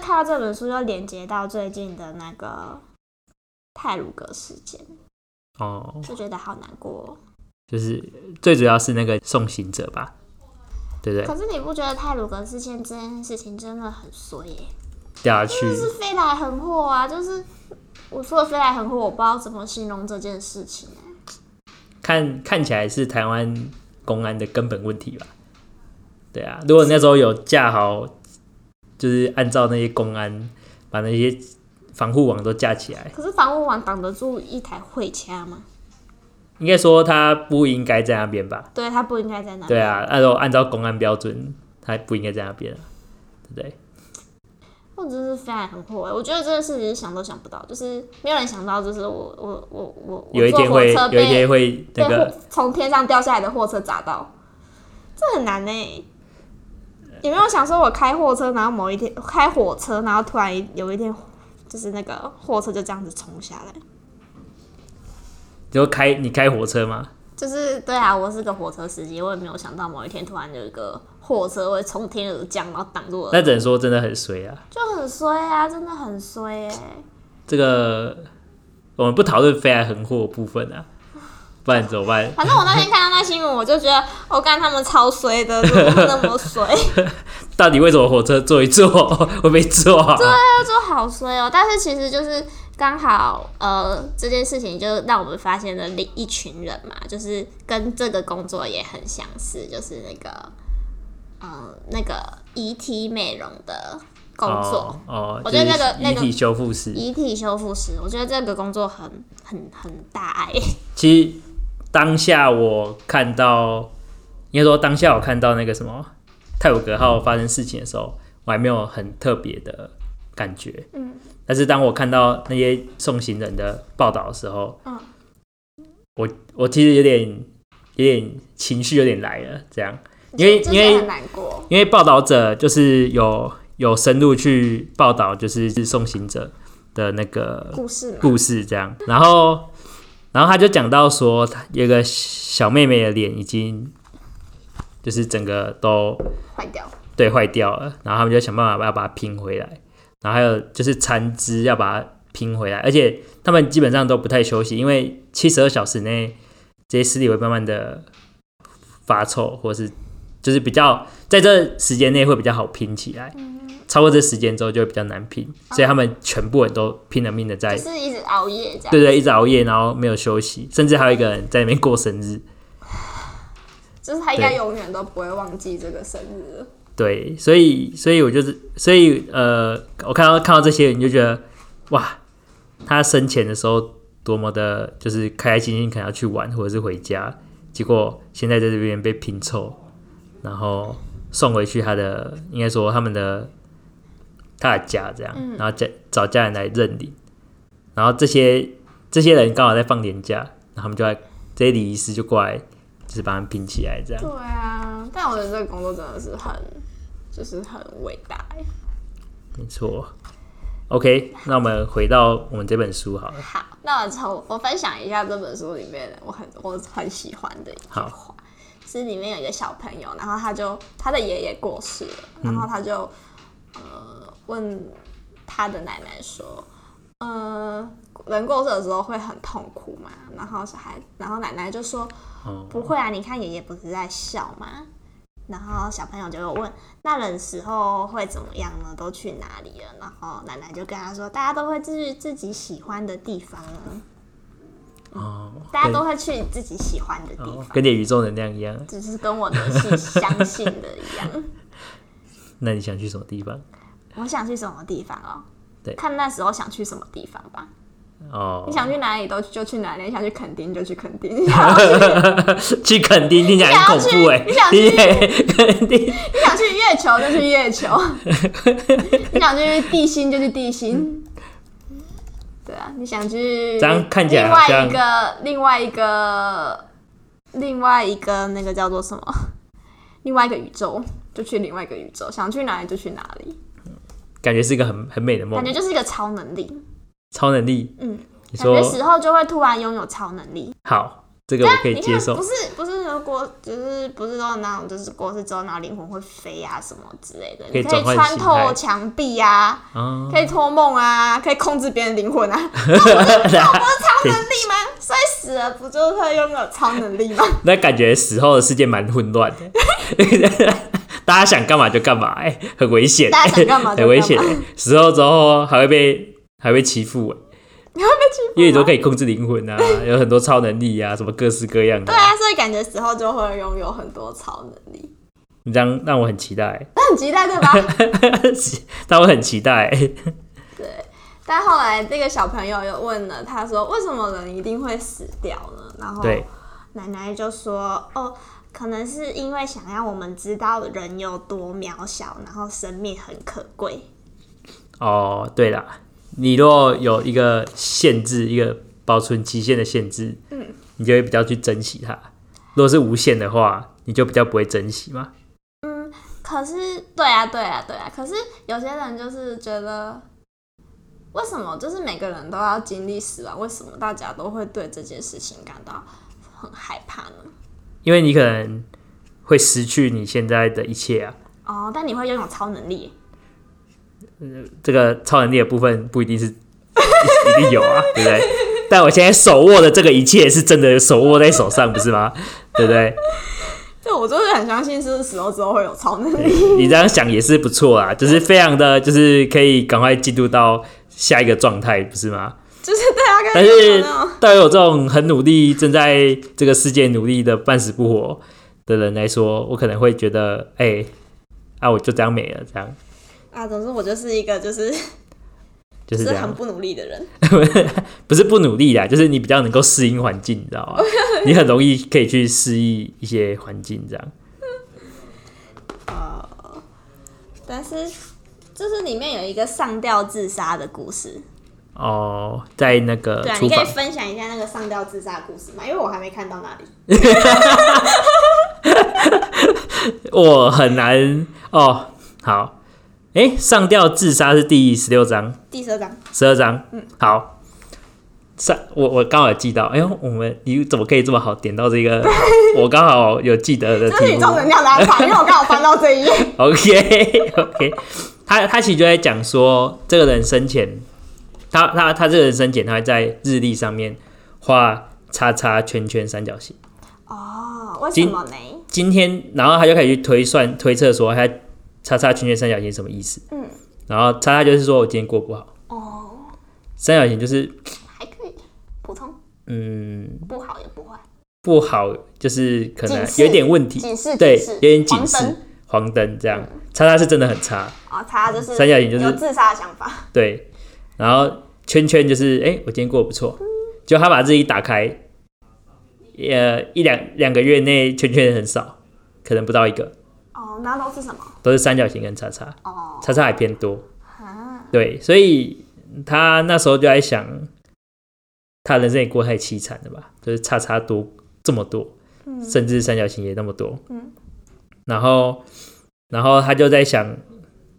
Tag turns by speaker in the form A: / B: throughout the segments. A: 靠这本书就连接到最近的那个泰鲁格事件，
B: 哦，
A: 就觉得好难过哦、
B: 就是最主要是那个送行者吧，对不对？
A: 可是你不觉得泰鲁格事件这件事情真的很衰耶、
B: 掉下去，
A: 就是飞来横祸啊！就是我说的飞来横祸，我不知道怎么形容这件事情、啊。
B: 看看起来是台湾公安的根本问题吧？对啊，如果那时候有架好，就是按照那些公安把那些防护网都架起来，
A: 可是防护网挡得住一台会掐吗？
B: 应该说他不应该在那边吧？
A: 对，它不应该在那。
B: 对，啊，按照按照公安标准，他不应该在那边啊，对不对？
A: 或者是飞来横祸欸耶、我觉得这件事情是想都想不到，就是没有人想到，就是我我我我
B: 有一天会
A: 我坐火车
B: 有一天
A: 被
B: 会
A: 被
B: 那个
A: 货从天上掉下来的货车砸到，这很难呢、有没有想说，我开货车，然后某一天开火车，然后突然有一天，就是那个货车就这样子冲下来？
B: 就开你开火车嘛，
A: 就是对啊，我是个火车司机，我也没有想到某一天突然有一个货车会从天而降，然后挡住我的，
B: 那只能说真的很衰啊。
A: 就很衰啊，真的很衰哎、
B: 这个我们不讨论飞来横祸的部分啊，不然怎么办？
A: 反正我那天看到那新闻，我就觉得我干、他们超衰的，怎么会那么衰？
B: 到底为什么火车坐一坐 会被撞、啊？
A: 他说好衰哦，但是其实就是刚好呃这件事情就让我们发现了另一群人嘛，就是跟这个工作也很相似，就是那个呃那个遗体美容的工作。
B: 哦，哦
A: 我觉得那个
B: 就是
A: 那
B: 遗
A: 个
B: 体修复师，
A: 遗体修复师，我觉得这个工作很很很大爱。
B: 其实当下我看到，应该说当下我看到那个什么泰晤格号发生事情的时候，我还没有很特别的感觉。
A: 嗯，
B: 但是当我看到那些送行人的报道的时候，
A: 嗯，
B: 我我其实有点有点情绪有点来了，这样，因为
A: 就
B: 因为
A: 是很难过，
B: 因为报道者就是有有深入去报道，就是送行者的那个
A: 故事嘛，
B: 故事这样，然后然后他就讲到说，他有个小妹妹的脸已经就是整个都
A: 坏掉。
B: 对坏掉了，然后他们就想办法要把它拼回来，然后还有就是残肢要把它拼回来，而且他们基本上都不太休息，因为七十二小时内这些尸体会慢慢的发臭，或是就是比较在这时间内会比较好拼起来，
A: 嗯
B: 超过这时间之后就会比较难拼，所以他们全部人都拼了命的在
A: 哦就是一直熬夜这样，
B: 哎对对，一直熬夜，然后没有休息，甚至还有一个人在那边过生日。
A: 就是他应该永远都不会忘记这个生日。
B: 对，所以所以我就是，所以呃，我看到看到这些，你就觉得哇，他生前的时候多么的，就是开开心心，可能要去玩或者是回家，结果现在在这边被拼凑，然后送回去他的，应该说他们的他的家这样，然后家找家人来认领，然后这些这些人刚好在放年假，然后他们就来这些礼仪师就过来，就是把他们拼起来这样。
A: 对啊，但我觉得这个工作真的是很，就是很伟大欸。
B: 没错。OK，那我们回到我们这本书好了。
A: 好，那我从我分享一下这本书里面我很我很喜欢的一句话，是里面有一个小朋友，然后他就他的爷爷过世了，然后他就、呃问他的奶奶说，呃，人过世的时候会很痛苦嘛？然后小孩，然后奶奶就说，
B: 哦，
A: 不会啊，你看爷爷不是在笑吗？然后小朋友就有问，那人死后会怎么样呢？都去哪里了？然后奶奶就跟他说，大家都会去自己喜欢的地方啊，
B: 哦，
A: 大家都会去自己喜欢的地
B: 跟
A: 方
B: 哦，跟你的宇宙能量一样。
A: 只是跟我的是相信的一 样。
B: 那你想去什么地方？
A: 我想去什么地方哦？
B: 对
A: 看那时候想去什么地方吧。
B: 哦
A: 你，想去哪里都就去哪里，你想去垦丁就去垦 丁，你 想去
B: 去垦丁听起来很恐怖哎、
A: 你想去
B: 听起来垦丁
A: 你想去月球就去月球，你想去地心就去地心。对啊，你想去
B: 这样看起来
A: 另
B: 好
A: 外
B: 像
A: 一个另外一个另外一个那个叫做什么？另外一个宇宙就去另外一个宇宙，想去哪里就去哪里，
B: 感觉是一个很很美的
A: 感
B: 梦
A: 觉，就是一个超能力。
B: 超能力。
A: 嗯，
B: 你
A: 感觉
B: 说
A: 死后就会突然拥有超能力。
B: 好，这个我可以
A: 啊你看
B: 接，受
A: 不。是不是，就锅就是不是都有那种就是锅是之后然后灵魂会飞啊什么之类的，
B: 可
A: 你
B: 以
A: 可以
B: 转换
A: 穿
B: 形
A: 透
B: 态
A: 墙壁啊，
B: 啊，
A: 可以托梦啊，可以控制别人灵魂啊，超能力吗？ 所以死了不就是会拥有超能力吗？
B: 那感觉死后的世界蛮混乱的， 大家想干嘛就干嘛，哎、很危险，欸
A: 大家想干嘛就干嘛
B: 很危险、死后之后还会被还会欺负、哎
A: 你会被欺负吗？
B: 因为你都可以控制灵魂啊， 有很多超能力啊，什么各式各样的、
A: 对啊，所以感觉死后就会拥有很多超能力，
B: 你这样让我很期待，
A: 那很期待对吧？
B: 让我很期待。
A: 对。但后来这个小朋友又问了，他说：“为什么人一定会死掉呢？”然后
B: 对，
A: 奶奶就说：“哦，可能是因为想让我们知道人有多渺小，然后生命很可贵。
B: 哦，对啦，你如果有一个限制，一个保存期限的限制，嗯，你就会比较去珍惜它。如果是无限的话，你就比较不会珍惜嘛。”
A: 嗯，可是对啊，对啊，对啊。可是有些人就是觉得，为什么就是每个人都要经历死亡？为什么大家都会对这件事情感到很害怕呢？
B: 因为你可能会失去你现在的一切啊。
A: 哦，但你会拥有超能力耶，
B: 这个超能力的部分不一定是 一定有啊，对不对？但我现在手握的这个一切是真的手握在手上，不是吗？对不对？
A: 对我就是很相信，是死后之后会有超能力。
B: 你这样想也是不错啊，就是非常的，就是可以赶快进入到下一个状态，不是吗？
A: 就是对啊，跟
B: 但
A: 你有
B: 是
A: 那种
B: 对于我这种很努力、正在这个世界努力的半死不活的人来说，我可能会觉得，哎、啊，我就这样没了，这样
A: 啊，总之我就是一个就是
B: 就是
A: 是
B: 这
A: 很
B: 样，
A: 不努力的人。
B: 不是不努力啦，就是你比较能够适应环境，你知道 吗？你很容易可以去适应一些环境，这样。
A: 哦但是就是里面有一个上吊自杀的故事，
B: 哦，在那个
A: 对啊，
B: 厨
A: 你可
B: 房
A: 以，分享一下那个上吊自杀的故事吗？因为我还没看到那里。
B: 我很难哦。好，哎、上吊自杀是第十六章，
A: 第十二章，
B: 十二章，嗯，好。上我我刚好有记到，哎呦，我们你怎么可以这么好点到 这个？我刚好有记得的
A: 这是
B: 题
A: 宇
B: 目。
A: 宙能量的安排，因为我刚好翻到这一页。
B: OK OK，他他其实就在讲说，这个人生前，他他他这个人生前，他会在日历上面画叉叉圈圈三角形。
A: 哦，为什么呢？
B: 今天，然后他就可以去推算推测说，他叉叉圈圈三角形什么意思？
A: 嗯，
B: 然后叉叉就是说我今天过不好，
A: 哦，
B: 三角形就是
A: 还可以，普通，
B: 嗯
A: 不好也不坏。
B: 不好，就是可能
A: 警示
B: 有一点问题，
A: 警示，
B: 对
A: 警示，
B: 有点警
A: 黄
B: 示
A: 灯。嗯
B: 黄灯这样，叉叉是真的很差，
A: 啊，他就是
B: 三角形就是
A: 有自杀的想法。
B: 对。然后圈圈就是，哎、我今天过得不错。就他把自己打开，呃，一两两个月内圈圈很少，可能不到一个，
A: 哦，那都是什么？
B: 都是三角形跟叉叉，
A: 哦，
B: 叉叉还偏多。
A: 啊，
B: 对，所以他那时候就在想，他人生也过太凄惨了吧？就是叉叉多这么多，
A: 嗯
B: 甚至三角形也那么多。
A: 嗯
B: 然后，然后他就在想，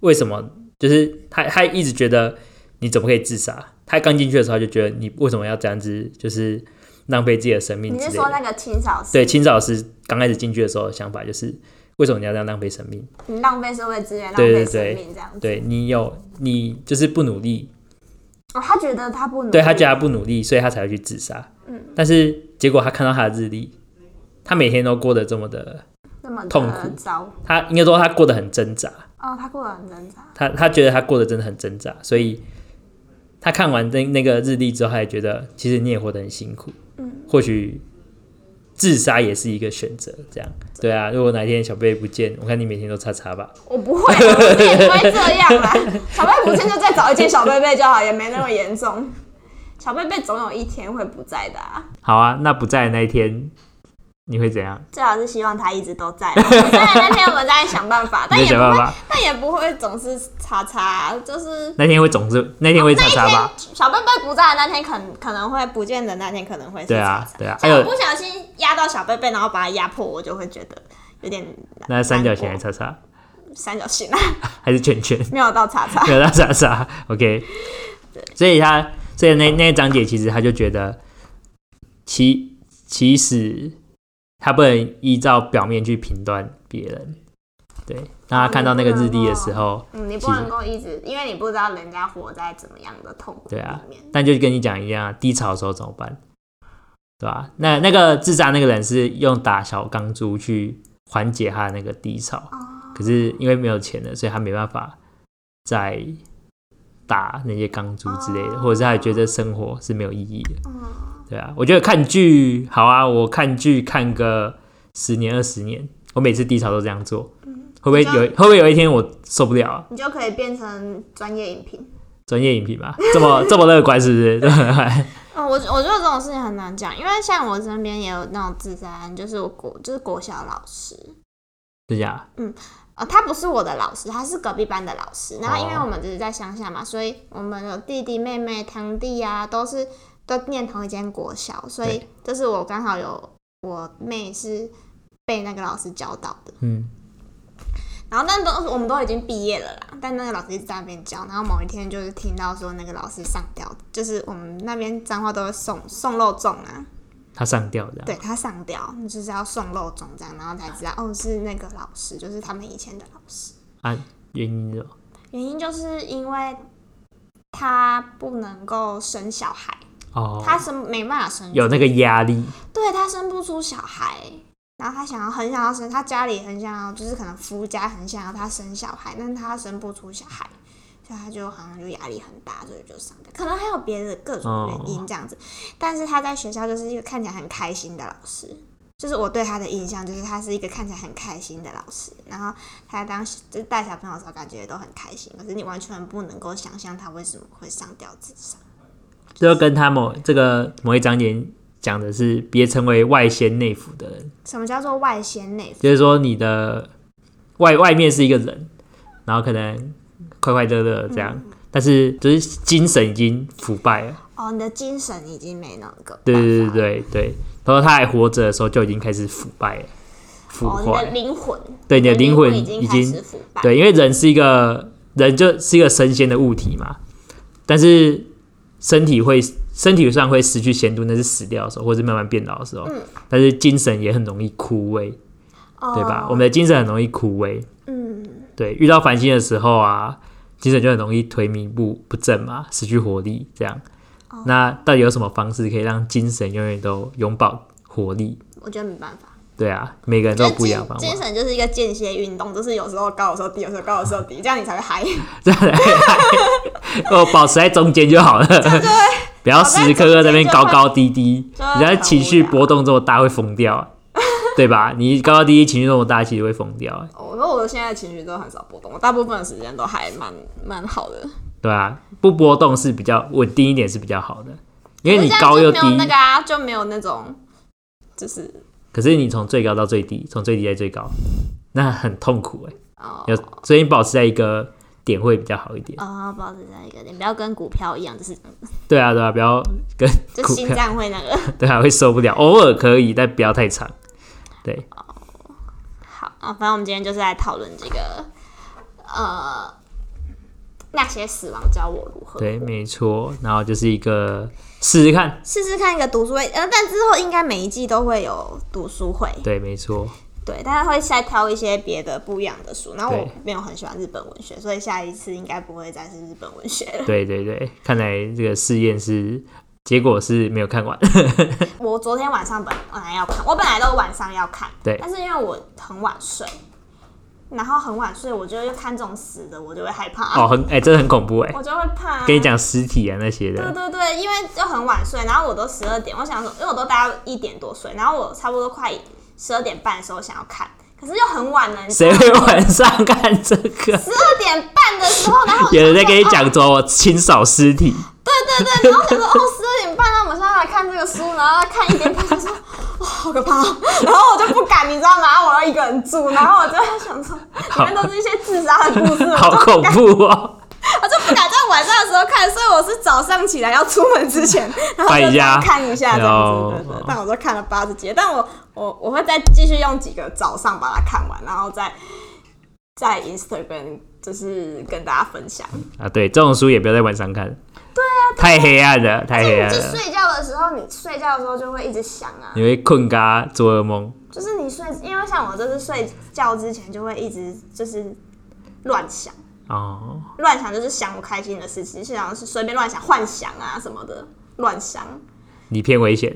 B: 为什么？就是他他一直觉得你怎么可以自杀？他刚进去的时候他就觉得你为什么要这样子，就是浪费自己的生命
A: 你
B: 之
A: 是
B: 类
A: 说
B: 的。
A: 那个清扫师？
B: 对，清早师刚开始进去的时候的想法就是，为什么你要这样浪费生命？
A: 你浪费社会资源，浪费
B: 对对
A: 生
B: 对
A: 命这样子。
B: 对你有你就是不努力，
A: 哦，他觉得他不努力，
B: 对他觉得他不努力，所以他才会去自杀。嗯，但是结果他看到他的日历，他每天都过得这么的，
A: 那么的
B: 痛苦
A: 糟。
B: 他应该说他过得很挣扎。
A: 哦，他过得很挣扎。
B: 他他觉得他过得真的很挣扎，所以他看完那那个日历之后，他也觉得其实你也活得很辛苦。嗯，或许自杀也是一个选择。这样，对啊，如果哪一天小贝不见，我看你每天都叉叉吧。
A: 我 不会，我也不会这样 啦。小贝不见就再找一件小贝贝就好，也没那么严重。小贝贝总有一天会不在的、啊，
B: 好啊，那不在的那一天你会怎样？
A: 最好是希望他一直都在啊。 虽然那天我们再想办法，但
B: 你
A: 也
B: 会想
A: 不
B: 办
A: 会，
B: 法。
A: 但也不会总是叉叉，就是
B: 那天会总是那天会叉叉吧？
A: 小贝贝不在的那天可，能可能会不见的那天，可能会是
B: 对啊
A: 叉叉
B: 对啊
A: 像
B: 还有
A: 我不小心压到小贝贝，然后把它压破，我就会觉得有点难
B: 那三角形还
A: 难
B: 是叉叉
A: 过三角形啊，
B: 还是圈圈？
A: 没有到叉 叉。
B: 没有到傻傻。OK，所以他，所以那那一章节其实他就觉得，其其实他不能依照表面去评断别人。对，当他看到那个日历的时候，
A: 嗯，你不能够一直，因为你不知道人家活在怎么样的痛苦
B: 对啊
A: 里面。
B: 但就跟你讲一样啊，低潮的时候怎么办？对吧、那那个自杀那个人是用打小钢珠去缓解他的那个低潮，
A: 哦
B: 可是因为没有钱了，所以他没办法再打那些钢珠之类
A: 哦
B: 的，或者是他也觉得生活是没有意义的。对啊，我觉得看剧好啊，我看剧看个十年二十年，我每次低潮都这样做，会不会有
A: 嗯你
B: 会不会有一天我受不了啊？
A: 你就可以变成专业影评。
B: 专业影评 吧，这么这么乐观是不是？
A: 哦，我我觉得这种事情很难讲，因为像我身边也有那种自杀案，就是我国就是国小老师，
B: 就这样，
A: 呃，他不是我的老师，他是隔壁班的老师。然后因为我们只是在乡下嘛，所以我们有弟弟妹妹、堂弟啊，都是都念同一间国小，所以
B: 对
A: 就是我刚好有我妹是被那个老师教导的。
B: 嗯，
A: 然后但都我们都已经毕业了啦，但那个老师一直在那边教。然后某一天就是听到说那个老师上吊，就是我们那边脏话都会送送肉粽啊，
B: 他上吊这样，
A: 对他上吊，就是要送肉粽这样，然后才知道哦是那个老师，就是他们以前的老师。
B: 啊，原因是什么
A: 原因就是因为他不能够生小孩，
B: 哦，
A: 他生没办法生，
B: 有那个压力，
A: 对他生不出小孩，然后他想要很想要生，他家里很想要，就是可能夫家很想要他生小孩，但是他生不出小孩。所以他就好像就压力很大，所以就上吊。可能还有别的各种原因这样子，但是他在学校就是一个看起来很开心的老师，就是我对他的印象就是他是一个看起来很开心的老师，然后他当时就是带小朋友的时候感觉都很开心，可是你完全不能够想象他为什么会上吊自杀。
B: 就跟他某这个某一章节讲的是，别成为外先内服的人，
A: 什么叫做外显内
B: 就是说你的外外面是一个人，然后可能快快乐乐这样，但是就是精神已经腐败了。
A: 哦，你的精神已经没那个
B: 对对
A: 办法
B: 对对对，然后他还活着的时候就已经开始腐败了，腐
A: 哦，你
B: 坏
A: 的，灵魂，
B: 对你的灵魂
A: 已
B: 已
A: 经开
B: 经
A: 始腐败，
B: 对，因为人是一个人就是一个神仙的物体嘛，但是身体会身体上会失去鲜度，那是死掉的时候，或是慢慢变老的时候，但是精神也很容易枯萎，
A: 嗯哦
B: 对吧？我们的精神很容易枯萎，
A: 嗯，
B: 对，遇到烦心的时候啊，精神就很容易颓靡不不振嘛，失去活力这样。
A: 哦
B: 那到底有什么方式可以让精神永远都永葆活力？
A: 我觉得没办法。
B: 对啊，每个人都有不一样的
A: 就是
B: 方
A: 精精
B: 法。
A: 神就是一个间歇运动，就是有时候高，有时候低，有时候高，有时候低，这样你才会嗨。
B: 这样来，我保持在中间就好了，不要时时刻刻在那边高高低低。
A: 就会
B: 你在情绪
A: 很无聊
B: 波动这么大会疯掉啊，对吧？你高高低低情绪这么大，其实会疯掉啊，
A: 我说哦我现在情绪都很少波动，我大部分的时间都还蛮蛮好的。
B: 对吧、不波动是比较稳定一点是比较好的，因为你
A: 可是这样
B: 高又低
A: 就，没有那个啊，就没有那种就是
B: 可是你从最高到最低，从最低再最高，那很痛苦哎、
A: 哦
B: 要所以你保持在一个点会比较好一点。
A: 啊，保持在一个点，不要跟股票一样，就是
B: 对啊，对啊，不要跟
A: 就
B: 股
A: 心
B: 票，
A: 脏会那个。
B: 对啊，会受不了。偶尔可以，但不要太长。对，
A: 好啊，反正我们今天就是来讨论这个呃那些死亡教我如何
B: 对，没错。然后就是一个试试看。
A: 试试看一个读书会，呃，但之后应该每一季都会有读书会。
B: 对，没错。
A: 对，但是会再挑一些别的不一样的书。然后我
B: 对
A: 没有很喜欢日本文学，所以下一次应该不会再是日本文学了。
B: 对对对，看来这个试验是结果是没有看完。
A: 我昨天晚上本本来要看，我本来都晚上要看，
B: 对
A: 但是因为我很晚睡，然后很晚睡，我就会看这种死的，我就会害怕，
B: 哦，很哎、真的很恐怖哎、
A: 我就会怕、
B: 跟你。讲尸体啊那些
A: 对
B: 的，
A: 对对，因为就很晚睡，然后我都十二点，我想说，因为我都大概一点多睡，然后我差不多快十二点半的时候想要看，可是又很晚了，
B: 谁会晚上看这个？
A: 十二点半的时候，然后我就
B: 有人
A: 想
B: 在
A: 说
B: 跟你
A: 哦
B: 讲说，我清扫尸体。
A: 对对对，然后想说哦，十二点半，那我们现在来看这个书，然后看一点半，想说哇、好可怕哦，然后我就不敢，你知道吗？然后我要一个人住，然后我就在想说，里面都是一些自杀的故事，我
B: 好
A: 就
B: 恐怖哦！
A: 我就不敢在晚上的时候看，所以我是早上起来要出门之前，然后
B: 看
A: 就
B: 一
A: 这样
B: 下
A: 看一下这样子，对对
B: 哦
A: 对。但我都看了八十集，但我我我会再继续用几个早上把它看完，然后再在 Instagram 就是跟大家分享。
B: 啊，对，这种书也不要在晚上看，太黑暗了，太黑
A: 你
B: 暗
A: 就
B: 了，
A: 睡觉的时候，你睡觉的时候就会一直想啊，
B: 你会困嘎做噩梦。
A: 就是你睡，因为像我就是睡觉之前就会一直就是乱想，
B: 哦，
A: 乱想就是想我开心的事情，就想是随便乱想、幻想啊什么的，乱想。
B: 你偏危险。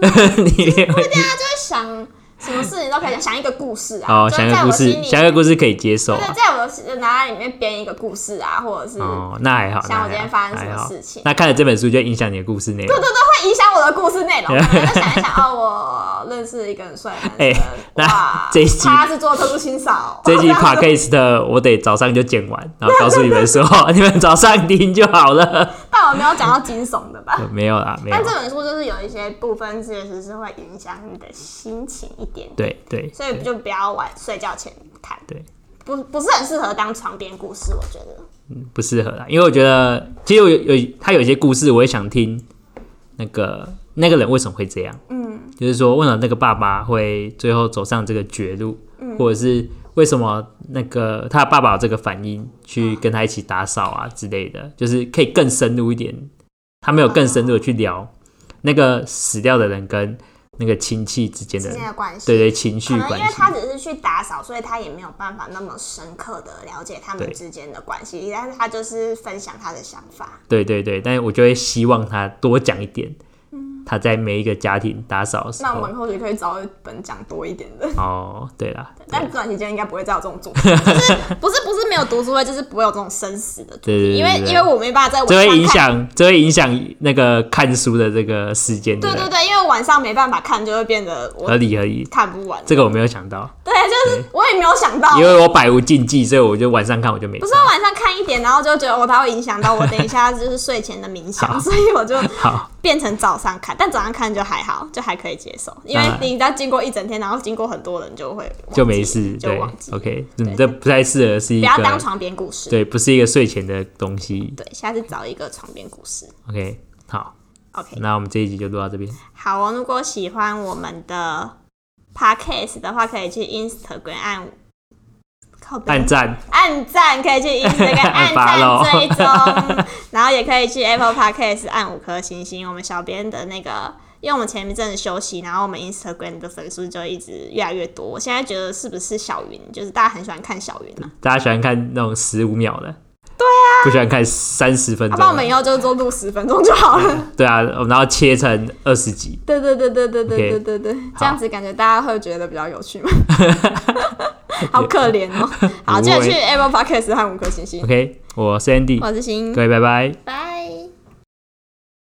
B: 你偏危
A: 大家就会想什么事情都可以想，想一个故事啊，
B: 好，
A: 就是
B: 想
A: 在
B: 个
A: 我
B: 故
A: 心
B: 事，
A: 里，
B: 想个故事可以接受
A: 对，
B: 啊。
A: 在我的脑海里面编一个故事啊，或者是、
B: 哦，那还好，
A: 想
B: 那
A: 我今天
B: 还
A: 发
B: 好，
A: 生什
B: 还
A: 么
B: 好
A: 事情。
B: 那看了这本书就会影响你的故事内容
A: 对。对对，会影响我的故事内 容。可能就想一想，哦，我认识一个很帅的男
B: 哎
A: 生，
B: 那
A: 哇，
B: 这一集
A: 他是做特殊清扫，
B: 这一集
A: 然后就
B: podcast 我得早上就剪完，然后告诉你 们说，你们早上听就好了。
A: 但我没有讲到惊悚的吧？
B: 呃没有啦，没有
A: 但。这本书就是有一些部分确实是会影响你的心情一点，
B: 对对
A: 所以就不要晚睡觉前看，
B: 对，
A: 不不是很适合当床边故事，我觉得。
B: 不适合啦，因为我觉得其实我有有他有一些故事，我也想听那个那个人为什么会这样。嗯，就是说为什么那个爸爸会最后走上这个绝路，
A: 嗯
B: 或者是为什么那个他爸爸有这个反应去跟他一起打扫啊之类的，就是可以更深入一点。他没有更深入的去聊那个死掉的人跟那个亲戚之间的
A: 之间的关系
B: 对对情绪
A: 可能
B: 关
A: 因为
B: 系。
A: 他只是去打扫，所以他也没有办法那么深刻的了解他们
B: 对
A: 之间的关系，但是他就是分享他的想法。
B: 对对对，但是我就会希望他多讲一点，他在每一个家庭打扫的
A: 嗯
B: 时
A: 那我
B: 候。
A: 们或许可以找一本讲多一点的，
B: 哦，对啦，
A: 但短期间应该不会再有这种主题， 就是不是不是没有读书会，就是不会有这种生死的主
B: 对对
A: 题，
B: 对
A: 因为
B: 对对
A: 因为我没办法在晚
B: 这
A: 上
B: 会影
A: 看。
B: 响，这会影响那个看书的这个时间，
A: 对
B: 不
A: 对对，因为晚上没办法看，就会变得
B: 合
A: 我哦
B: 理合理，
A: 看不完。
B: 呃这个我没有想到，
A: 对，就是我也没有想到，
B: 因为我百无禁忌，所以我就晚上看我就没
A: 不
B: 差
A: 是。哦我晚上看一点，然后就觉得我它会影响到我等一下就是睡前的冥
B: 好
A: 想，所以我就
B: 好，
A: 变成早上看，但早上看就还好，就还可以接受，因为
B: 当然
A: 你要经过一整天，然后经过很多人就会忘记
B: 就没事，
A: 就
B: 对
A: 忘记。
B: ，OK，嗯，这不太适合是一
A: 不要当
B: 个，
A: 床边故事，
B: 对，不是一个睡前的东西
A: 对，下次找一个床边故事。
B: ，OK，好，
A: OK，
B: 那我们这一集就录到这边，
A: 好哦，如果喜欢我们的 Podcast 的话，可以去 Instagram 按靠背
B: 按赞，
A: 按赞，可以去 Instagram 按
B: Follow
A: 赞追踪，然后也可以去 Apple Podcast 按五颗星星。我们小编的那个，因为我们前一阵子休息，然后我们 Instagram 的粉丝就一直越来越多。我现在觉得是不是小云，就是大家很喜欢看小云啊？
B: 大家喜欢看那种十五秒的，对啊，不喜欢看三十分
A: 要
B: 钟
A: 不然我们以
B: 的，
A: 后就做录十分钟就好了。
B: 对啊，然后切成二十集，
A: 对对对对对对
B: OK
A: 对对对，这样子感觉大家会觉得比较有趣吗？好可怜哦！好，记得去 Apple Podcast 按五颗星星。
B: OK，我是 Andy，
A: 我是星
B: 各，位拜拜。
A: 拜。